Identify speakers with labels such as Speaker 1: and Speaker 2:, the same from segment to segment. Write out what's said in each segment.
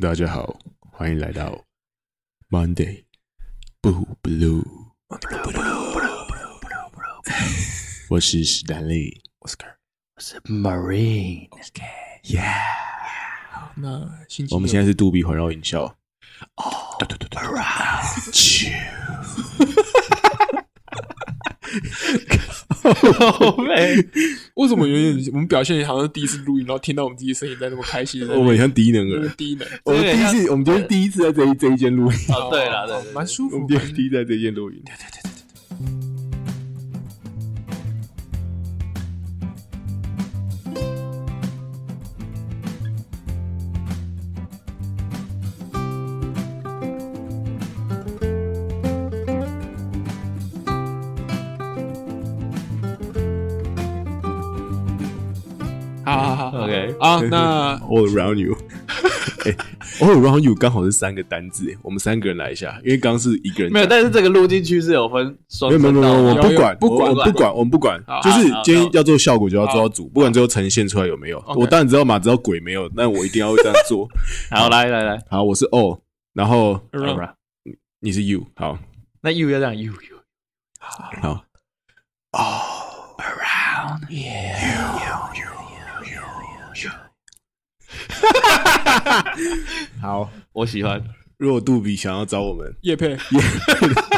Speaker 1: 大家好，欢迎来到 Monday 不 blue。我是史丹利，我是 Car。
Speaker 2: Marine，
Speaker 3: 那星期
Speaker 1: 我们现在是杜比环绕音效。哦，对对对
Speaker 3: 为什么有点我们表现好像是第一次录音，然后听到我们自己声音在那么开心的那
Speaker 1: 对，
Speaker 3: 边，
Speaker 1: 我们很像低能
Speaker 3: 就是
Speaker 1: 儿。
Speaker 3: 低能，
Speaker 1: 我们第一次，我们就是第一次在这一这一间录音，
Speaker 2: 哦，对了，对对
Speaker 3: 蛮舒
Speaker 1: 我
Speaker 3: 服
Speaker 1: 们第。一次在这一间录音。
Speaker 3: 好好好好
Speaker 2: ，OK，
Speaker 3: 啊，那
Speaker 1: All around you，哎，All around you 刚好是三个单字，哎我们三个人来一下，因为刚刚是一个人
Speaker 2: 没有，但是这个录进去是有分双
Speaker 1: 没有没有没有，我
Speaker 3: 有
Speaker 1: 不管，
Speaker 3: 不
Speaker 1: 我
Speaker 3: 管
Speaker 1: 我
Speaker 3: 不
Speaker 1: 不管，我们不管
Speaker 3: 好，
Speaker 1: 就是
Speaker 2: 好
Speaker 1: 今天
Speaker 2: 好
Speaker 1: 要做效果就要做到主，不管最后呈现出来有没有，
Speaker 3: OK
Speaker 1: 我当然知道嘛，只要鬼没有，那我一定要这样做。
Speaker 2: 好，来来来，
Speaker 1: 好，我是 O，然后
Speaker 3: around
Speaker 1: 你是 U，好
Speaker 2: 那 you 要这样 you you
Speaker 1: 好
Speaker 2: around，
Speaker 1: 好。
Speaker 2: 我喜 欢
Speaker 1: 如果杜比想要找我们
Speaker 3: 叶佩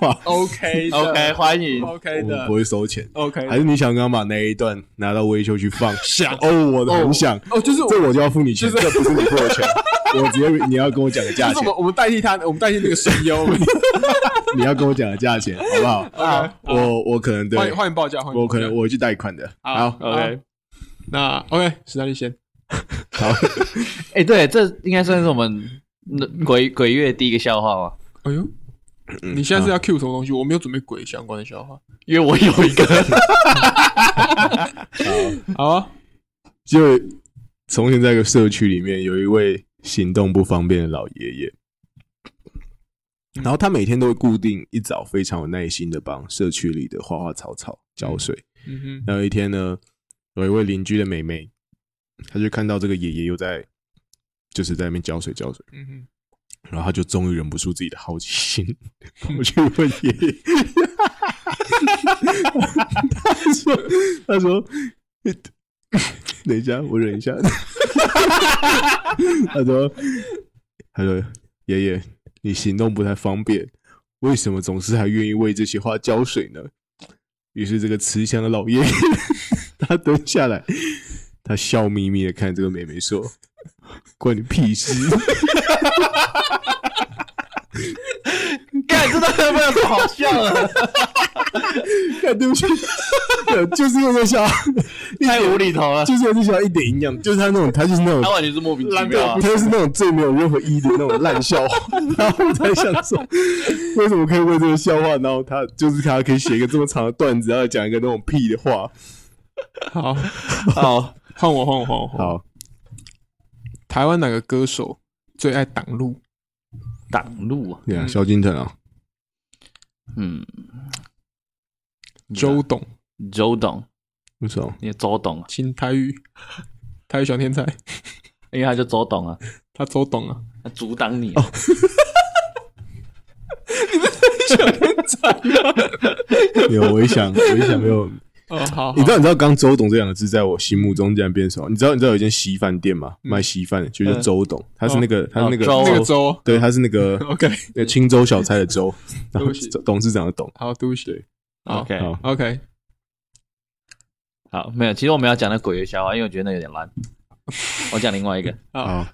Speaker 1: 哇
Speaker 3: ，OK 的
Speaker 2: ，OK，欢迎
Speaker 3: OK
Speaker 1: 我们
Speaker 3: 的
Speaker 1: 不会收钱，
Speaker 3: OK，
Speaker 1: 还是你想刚把那一段拿到微秀去 放？
Speaker 3: 想
Speaker 1: 哦，我很想，
Speaker 3: 哦，就是我
Speaker 1: 这我就要付你钱，这不是你付我 钱，我直接你要跟我讲个价
Speaker 3: 就是我
Speaker 1: 钱
Speaker 3: 们，我们代替他，我们代替那个声优， 我们
Speaker 1: 你要跟我讲个价钱，好 不好？
Speaker 3: 啊，
Speaker 1: 我我可能对，
Speaker 3: 欢迎欢迎报价，欢
Speaker 1: 我
Speaker 3: 迎报
Speaker 1: 可
Speaker 3: 价
Speaker 1: 能我会去贷款的。
Speaker 3: 好
Speaker 1: 好
Speaker 2: ，OK，
Speaker 3: 那 OK，史丹利先，
Speaker 1: 好，
Speaker 2: 哎，对，这应该算是我们嗯鬼鬼月第一个笑话吧，
Speaker 3: 哎呦，
Speaker 1: 嗯
Speaker 3: 你现在是要 Q 什么东西？我没有准备鬼相关的笑 话，
Speaker 2: 因为我有一个，
Speaker 3: 好啊，
Speaker 1: 就从前在一个社区里面有一位行动不方便的老爷爷，然后他每天都会固定一早非常有耐心的帮社区里的花花草草浇水。
Speaker 3: 嗯哼，
Speaker 1: 然后有一天呢，有一位邻居的妹妹，她就看到这个爷爷又在就是在那边浇水浇水。
Speaker 3: 嗯哼。
Speaker 1: 然后他就终于忍不住自己的好奇心，我去问爷爷，他说：“他说，等一下，我忍一下。” 他说：“他说，爷爷，你行动不太方便，为什么总是还愿意为这些花浇水呢？”于是这个慈祥的老爷爷， 他蹲下来，他笑眯眯的看这个妹妹说：“关你屁事。”
Speaker 2: 干，真的没有什么好笑啊的，
Speaker 1: 看，对不起， 对就是用这笑，
Speaker 2: 太无厘头了，
Speaker 1: 就是用这笑，一点营养，就是他那种，他就是那
Speaker 2: 他
Speaker 1: 种，
Speaker 2: 完全是莫名其
Speaker 1: 他
Speaker 2: 妙啊，
Speaker 1: 就是那种最没有任何意义的那种烂笑话。然后我在想说，为什么可以为这个笑话，然后他就是他可以写一个这么长的段子，然后讲一个那种屁的话。
Speaker 3: 好，
Speaker 2: 好，
Speaker 3: 换我，换我，换我。换我，
Speaker 1: 好，
Speaker 3: 台湾哪个歌手最爱挡路？
Speaker 2: 挡路啊，
Speaker 1: 对啊，
Speaker 3: 嗯
Speaker 1: 萧敬腾啊，
Speaker 2: 嗯，
Speaker 1: 啊
Speaker 3: 周董、
Speaker 2: 周董，
Speaker 1: 为什么？
Speaker 2: 你周董啊，
Speaker 3: 秦台语、 台语小天才，
Speaker 2: 因为他就周董啊，
Speaker 3: 他周董啊，
Speaker 2: 他阻挡你啊。
Speaker 1: 没有，我一 想，我一想没有。
Speaker 3: 哦，好，好
Speaker 1: 你知道，你知道，刚周董这两个字在我心目中竟然变什么？你知道，你知道有一间稀饭店嘛，卖稀饭的，就叫
Speaker 2: 嗯
Speaker 1: 周董，他是那个，他是那个
Speaker 2: 哦周
Speaker 3: 那个周哦
Speaker 1: 对，他是那 个
Speaker 3: ，OK，
Speaker 1: 那个青州小菜的州，然后
Speaker 3: 对不起哎
Speaker 1: 董事长的董。
Speaker 3: 好，对不起，
Speaker 1: 对
Speaker 3: 好
Speaker 2: OK，
Speaker 1: 好，
Speaker 3: ，OK，
Speaker 2: 好，没有，其实我们要讲那鬼月笑话，因为我觉得那有点 烂。我讲另外一个，
Speaker 3: 好，
Speaker 1: 好，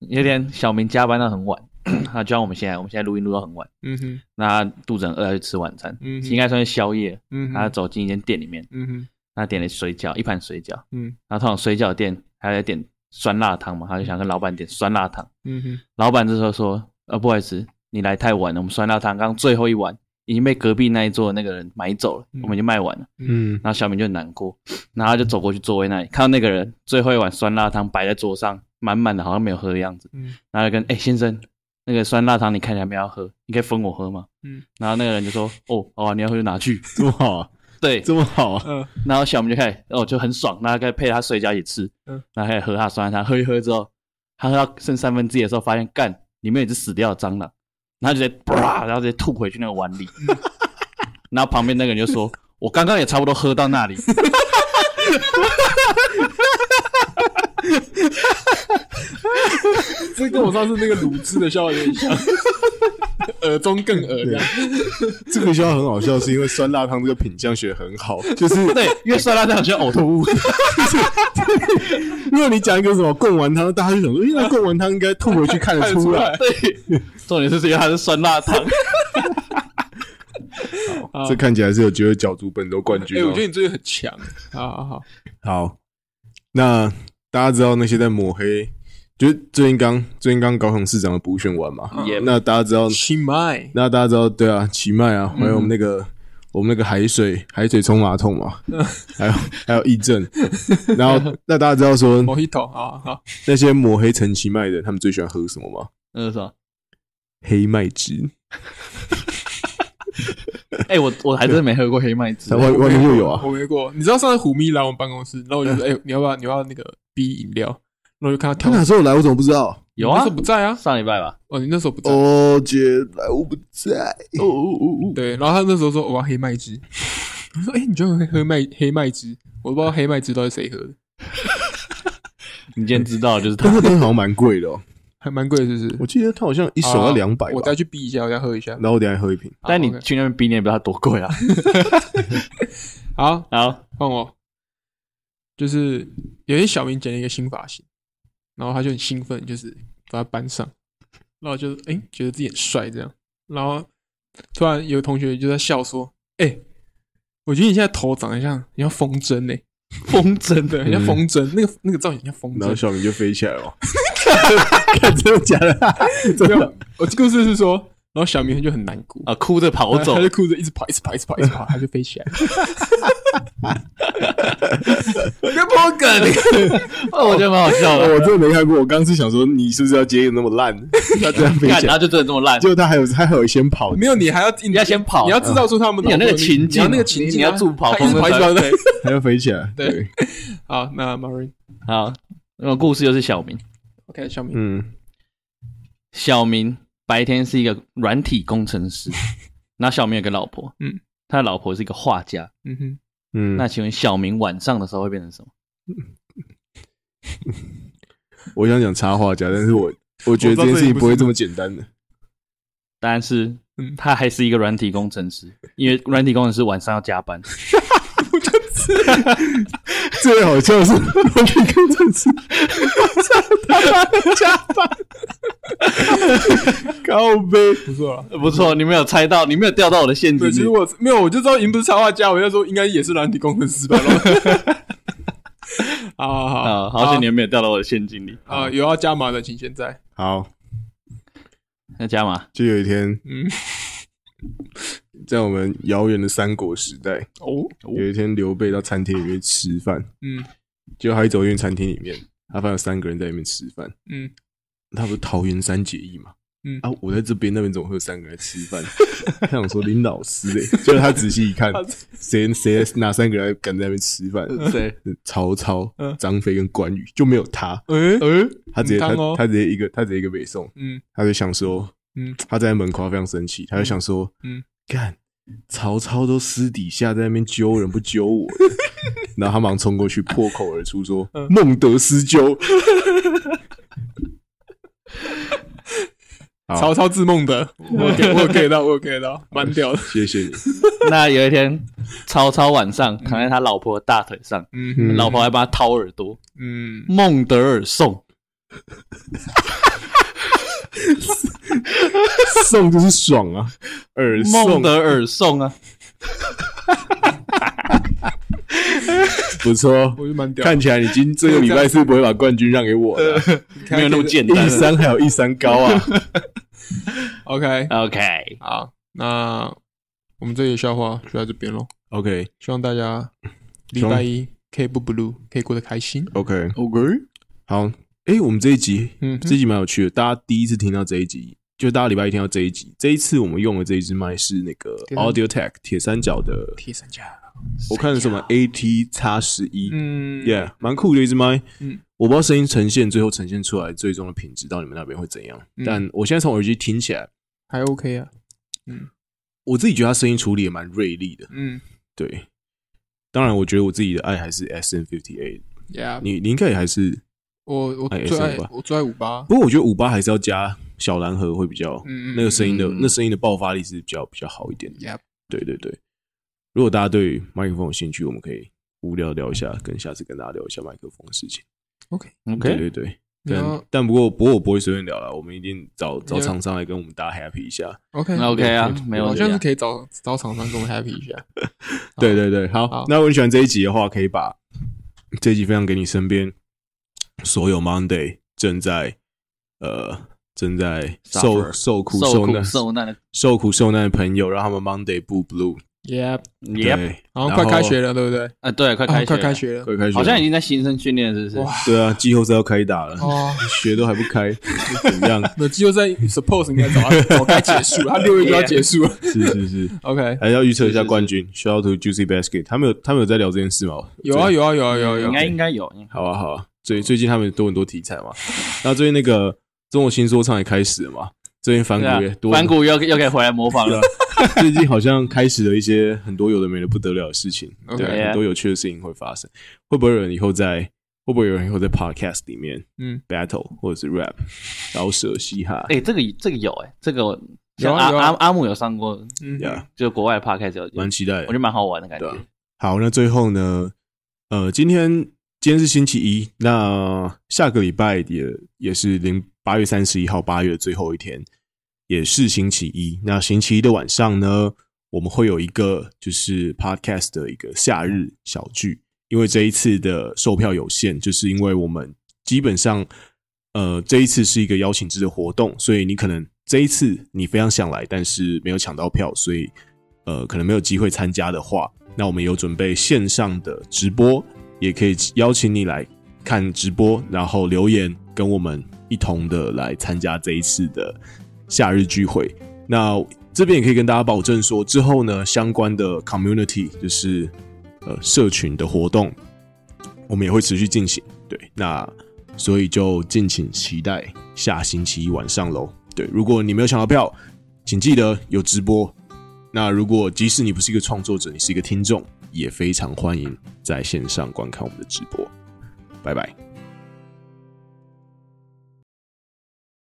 Speaker 2: 有一天小明加班到很晚， 他就像我们现在，我们现在录音录到很晚，
Speaker 3: 嗯哼，
Speaker 2: 那他肚子很饿，他去吃晚餐，
Speaker 3: 嗯
Speaker 2: 应
Speaker 3: 哼，
Speaker 2: 该算是宵夜。
Speaker 3: 嗯
Speaker 2: 他
Speaker 3: 哼，
Speaker 2: 走进一间店里面，
Speaker 3: 嗯哼，
Speaker 2: 他点了水饺，一盘水饺，
Speaker 3: 嗯
Speaker 2: 然后通常水饺店还要点酸辣汤嘛，他就想跟老板点酸辣汤。
Speaker 3: 嗯哼，
Speaker 2: 老板这时候说：“呃，不好意思，你来太晚了，我们酸辣汤刚最后一碗已经被隔壁那一桌的那个人买走了，
Speaker 3: 嗯
Speaker 2: 我们已经卖完了。”
Speaker 1: 嗯，
Speaker 2: 然后小明就很难过，然后他就走过去座位那里，看到那个人最后一碗酸辣汤摆在桌上，满满的，好像没有喝的样子。
Speaker 3: 嗯
Speaker 2: 然后就跟哎、先生，那个酸辣汤你看起来没有要喝，你可以分我喝吗？
Speaker 3: 嗯
Speaker 2: 然后那个人就说哦哦、啊，你要喝就拿 去。
Speaker 1: 这么好啊，
Speaker 2: 对，
Speaker 1: 这么好啊，
Speaker 3: 嗯
Speaker 2: 然后小明就开始哦就很爽，那开始配他睡觉一起吃，
Speaker 3: 嗯
Speaker 2: 然后开始喝他酸辣汤，喝一喝之后，他喝到剩三分之一的时候，发现干里面有一只死掉的蟑螂，然后就直接啪，然后直接吐回去那个碗里。
Speaker 3: 嗯
Speaker 2: 然后旁边那个人就说：“我刚刚也差不多喝到那里。
Speaker 3: 这跟我上次那个卤汁的笑有点像，耳中更耳这样。
Speaker 1: 这个学校很好笑，是因为酸辣汤这个品相学得很好，就是”
Speaker 2: 对，越酸辣汤就呕 吐物。
Speaker 1: 如果你讲一个什么贡丸汤，大家就想说，因为贡丸汤应该吐回去看得出来，
Speaker 2: 对， 重点是因为它是酸辣 汤。
Speaker 1: 这看起来是有机会角逐本周冠军、
Speaker 3: 哎，
Speaker 1: 哦。
Speaker 3: 我觉得你最近很强。好好好，
Speaker 1: 好，那大家知道那些在抹黑，就是最近刚最近刚高雄市长的补选完嘛
Speaker 3: 嗯
Speaker 2: Yep
Speaker 1: 那大家知
Speaker 2: 嗯
Speaker 1: 道，
Speaker 3: 七麦，
Speaker 1: 那大家知道，对啊，奇迈啊，还有我们那个、我们那个海水海水冲马桶嘛，还有还有议政，然后那大家知道说
Speaker 3: 某一头，好好好，
Speaker 1: 那些抹黑陈其迈的人，他们最喜欢喝什么吗？
Speaker 2: 那是什么？
Speaker 1: 黑麦汁，
Speaker 2: 哎、我我还真的没喝过黑麦汁哎
Speaker 1: 台。湾外面又有啊，
Speaker 3: 我没过。你知道上次虎咪来我们办公室，然后我就
Speaker 2: 嗯
Speaker 3: 说：“哎，你要不要你要不要那个 B 饮料？”然后我就看他
Speaker 1: 他
Speaker 3: 挑，
Speaker 1: 哪时候来我怎么不知道？
Speaker 2: 有
Speaker 3: 你那
Speaker 2: 啊
Speaker 3: 时候，不在啊。
Speaker 2: 上礼拜吧。
Speaker 3: 哦，你那时候不在。
Speaker 1: 哦，姐来我不在，
Speaker 2: 哦哦哦
Speaker 3: 对，然后他那时候说我要黑 麦汁，我说哎、你居然会喝麦黑麦汁？我不知道黑麦汁到底谁喝的，
Speaker 2: 你今天知道就是他
Speaker 1: 但。是东西好像蛮贵的哦，
Speaker 3: 还蛮贵的，是不是？
Speaker 1: 我记得他好像一手要两百
Speaker 3: 好啊我
Speaker 1: 吧
Speaker 3: 再，去逼一下，我再喝一下。
Speaker 1: 然后我等一下喝一瓶。
Speaker 2: 但你
Speaker 3: 好，OK
Speaker 2: 去那边比你也不知道它多贵啊。
Speaker 3: 好，
Speaker 2: 好，
Speaker 3: 换我，就是有一天小明剪了一个新发型，然后他就很兴奋，就是把它搬上，然后就是哎、觉得自己很帅这样，然后突然有同学就在笑说，哎、我觉得你现在头长得像你像风筝呢、
Speaker 2: 风筝
Speaker 3: 对，很像风筝，那个那个造型像风
Speaker 1: 然后
Speaker 3: 筝。
Speaker 1: 小明就飞起来了，看真的假的？真
Speaker 3: 没有
Speaker 1: 的，
Speaker 3: 我故事是说，然后小明就很难过，
Speaker 2: 啊，哭着跑走
Speaker 3: 他。就哭着一直跑，一直跑，一直跑，一直跑，他就飞起来。别破梗，
Speaker 2: 哦，我觉得蛮好 笑
Speaker 1: 哦
Speaker 2: 的。
Speaker 1: 我真的没看过。我刚是想说，你是不是要接一个那么烂？ 他这样飞
Speaker 2: 干，
Speaker 1: 起来
Speaker 2: 他，就真的这么烂
Speaker 1: 结。果他还有他还有先跑，
Speaker 3: 没有你还要你
Speaker 2: 你要先跑，
Speaker 3: 你要制造出他们
Speaker 2: 你有那个情
Speaker 3: 你
Speaker 2: 境，啊
Speaker 3: 要那个情境，啊
Speaker 2: 你要助跑
Speaker 3: 他一
Speaker 2: 风
Speaker 3: 直跑，一直跑。
Speaker 2: 筝才
Speaker 3: 对，
Speaker 1: 还要飞起来。
Speaker 3: 对，好，那 Marine
Speaker 2: 好，那个故事又是小明。
Speaker 3: OK，小明，
Speaker 1: 嗯，
Speaker 2: 小明白天是一个软体工程 师，那小明有个老婆，
Speaker 3: 嗯，
Speaker 2: 他的老婆是一个画家。
Speaker 3: 嗯哼，
Speaker 1: 嗯，
Speaker 2: 那请问小明晚上的时候会变成什么？
Speaker 1: 我想讲插画家，但是我我觉得这件事情不会这么简单的。
Speaker 2: 答案是
Speaker 3: 嗯，
Speaker 2: 他还是一个软体工程师，因为软体工程师晚上要加班。
Speaker 1: 最好笑是我去工程师，加 班，高飞，
Speaker 3: 不错了。
Speaker 2: 不错，你没有猜到，你没有掉到我的陷阱
Speaker 3: 对，其实
Speaker 2: 里。
Speaker 3: 我没有，我就知道赢不是插画家，我就说应该也是软体工程师吧。然后好好
Speaker 2: 啊，
Speaker 3: 好，
Speaker 2: 好险你没有掉到我的陷阱里。
Speaker 3: 啊，有要加码的，请现在。
Speaker 1: 好。
Speaker 2: 那加码
Speaker 1: 就有一天，
Speaker 3: 嗯，
Speaker 1: 在我们遥远的三国时代，
Speaker 3: 哦，
Speaker 1: 有一天刘备到餐厅里面吃饭，
Speaker 3: 嗯
Speaker 1: 结果他一走进餐厅里面，他发现有三个人在里面吃饭，
Speaker 3: 嗯，
Speaker 1: 他不是桃园三结义嘛？
Speaker 3: 嗯
Speaker 1: 啊，我在这边那边怎么会有三个人在吃饭？ 他想说林老师嘞、 结果他仔细一看
Speaker 3: 他，
Speaker 1: 谁谁哪三个人敢在那边吃饭？
Speaker 2: 谁？
Speaker 1: 曹操
Speaker 3: 嗯、
Speaker 1: 张飞跟关羽就没有他，
Speaker 3: 哎哎，
Speaker 1: 他直接他
Speaker 3: 很刚哦
Speaker 1: 他直接一个他直接一个北宋，
Speaker 3: 嗯
Speaker 1: 他就想说，
Speaker 3: 嗯
Speaker 1: 他在门口他非常生气，他就想说，
Speaker 3: 嗯嗯
Speaker 1: 干，曹操都私底下在那边揪人不揪我，然后他忙冲过去破口而出说，孟德斯鸠，好
Speaker 3: 曹操自梦的，我有 get- 我有 get 到，我有 get 到，蛮屌的。
Speaker 1: 谢谢你，
Speaker 2: 那有一天，曹操晚上躺在他老婆的大腿上，
Speaker 3: 嗯
Speaker 2: 老婆还帮他掏耳朵，
Speaker 3: 嗯，
Speaker 2: 孟德尔颂。
Speaker 1: 送就是爽啊，耳
Speaker 2: 孟
Speaker 1: 送
Speaker 2: 德尔颂 啊，
Speaker 1: 不错哦
Speaker 3: 我，觉得蛮屌的。
Speaker 1: 看起来你今这个礼拜是不会把冠军让给我的啊，
Speaker 2: 没有那么简单
Speaker 1: 一。三还有一三高啊，
Speaker 3: OK，
Speaker 2: OK，
Speaker 3: 好，那我们这里的笑话就到这边喽。
Speaker 1: OK
Speaker 3: 希望大家礼
Speaker 1: 望
Speaker 3: 拜一可以不 blue，可以过得开心。
Speaker 1: OK，
Speaker 3: OK，
Speaker 1: 好，诶，我们这一集，
Speaker 3: 嗯哼
Speaker 1: 这一集蛮有趣的，大家第一次听到这一集，就大家礼拜一听到这一集，这一次我们用的这一支麦是那个
Speaker 3: 铁三
Speaker 1: Audio Tech 铁三角的，
Speaker 3: 铁三角，
Speaker 1: 我看什么 AT 叉十一
Speaker 3: 嗯
Speaker 1: ，Yeah，蛮酷的一支麦，
Speaker 3: 嗯
Speaker 1: 我不知道声音呈现最后呈现出来最终的品质到你们那边会怎样，
Speaker 3: 嗯
Speaker 1: 但我现在从耳机听起来，
Speaker 3: 还 OK 啊，
Speaker 1: 我自己觉得它声音处理也蛮锐利的。
Speaker 3: 嗯
Speaker 1: 对，当然我觉得我自己的爱还是 S N fifty eight，
Speaker 3: ，Yeah，
Speaker 1: 你你应该也还是，
Speaker 3: 我我
Speaker 1: 哎
Speaker 3: 最爱
Speaker 1: S58
Speaker 3: 我最爱五八，
Speaker 1: 不过我觉得五八还是要加小蓝盒会比较，
Speaker 3: 嗯嗯
Speaker 1: 那个声音的
Speaker 2: 嗯
Speaker 1: 那声音的爆发力是比较比较好一点的。
Speaker 3: ，Yeah，
Speaker 1: 对对对，如果大家对麦克风有兴趣，我们可以无聊聊一下，跟下次跟大家聊一下麦克风的事情。对
Speaker 2: OK，
Speaker 1: 对对，
Speaker 3: 然后
Speaker 1: 但但不过不过我不会随便聊了，我们一定找找
Speaker 3: 你要
Speaker 1: 厂商来跟我们大家 happy 一下。
Speaker 3: OK，
Speaker 2: 那 OK 啊
Speaker 1: 对，
Speaker 2: 没
Speaker 3: 好
Speaker 2: 问题
Speaker 3: 像
Speaker 2: 啊。
Speaker 3: 是可以找找厂商跟我们 happy 一下，
Speaker 1: 对对对，好。
Speaker 3: 好
Speaker 1: 那如果你喜欢这一集的话，可以把这一集分享给你身边所有 Monday 正在呃正在受
Speaker 2: Suffer
Speaker 1: 受苦
Speaker 2: 受苦
Speaker 1: 难
Speaker 2: 受难的
Speaker 1: 受苦受难的朋友，让他们 Monday 不 blue。
Speaker 3: ，Yeah，
Speaker 2: ，Yep，
Speaker 1: 对，
Speaker 3: 然后快开学了，对不对？
Speaker 2: 啊，对，快
Speaker 3: 啊
Speaker 2: 开
Speaker 3: 快开
Speaker 2: 学
Speaker 3: 学了，
Speaker 1: 快开
Speaker 2: 了，
Speaker 1: 学，
Speaker 2: 好像已经在新生训练了，是不是？
Speaker 3: 哇
Speaker 1: 对啊，季后赛要开打了，
Speaker 3: 哦，
Speaker 1: 学都还不 开，是怎样？
Speaker 3: 那季后赛 suppose 应该早 早该结束了，他六月就要结束了。
Speaker 1: 是是 是，
Speaker 3: OK，
Speaker 1: 还要预测一下冠军。Shout out to Juicy Basket，他们有他们有在聊这件事吗？
Speaker 3: 有啊有啊有啊有啊有
Speaker 2: 应
Speaker 3: 啊
Speaker 2: 该应该有，应该
Speaker 1: 好啊，好啊，最最近他们多很多题材嘛。那最近那个中国新说唱也开始了嘛，最近反
Speaker 2: 对
Speaker 1: 骨也
Speaker 2: 啊，
Speaker 1: 多，
Speaker 2: 反骨又又可以回来模仿了。
Speaker 1: 最近好像开始了一些很多有的没的不得了的事情，
Speaker 3: OK
Speaker 1: 对啊，很多有趣的事情会发生。会不会有人以后在会不会有人以后在 podcast 里面
Speaker 3: 嗯
Speaker 1: battle 或者是 rap 饶舌嘻哈？
Speaker 2: 哎，这个这个有哎，这个我像
Speaker 3: 有啊
Speaker 2: 阿
Speaker 3: 有啊
Speaker 2: 阿阿姆有上过，
Speaker 3: 嗯
Speaker 1: Yeah
Speaker 2: 就国外 p o d c a s 有，
Speaker 1: 蛮期待
Speaker 2: 我觉得
Speaker 1: 的。
Speaker 2: 蛮好玩的感觉
Speaker 1: 对。啊好，那最后呢，呃，今天今天是星期一，那下个礼拜也也是零八月三十一号，八月的最后一天，也是星期一。那星期一的晚上呢，我们会有一个就是 podcast 的一个夏日小聚，因为这一次的售票有限，就是因为我们基本上呃这一次是一个邀请制的活动，所以你可能这一次你非常想来，但是没有抢到票，所以呃可能没有机会参加的话，那我们有准备线上的直播，也可以邀请你来看直播，然后留言跟我们一同的来参加这一次的夏日聚会。那这边也可以跟大家保证说，之后呢，相关的 community 就是呃社群的活动，我们也会持续进行。对，那所以就敬请期待下星期一晚上喽。对，如果你没有抢到票，请记得有直播。那如果即使你不是一个创作者，你是一个听众，也非常欢迎在线上观看我们的直播。拜拜。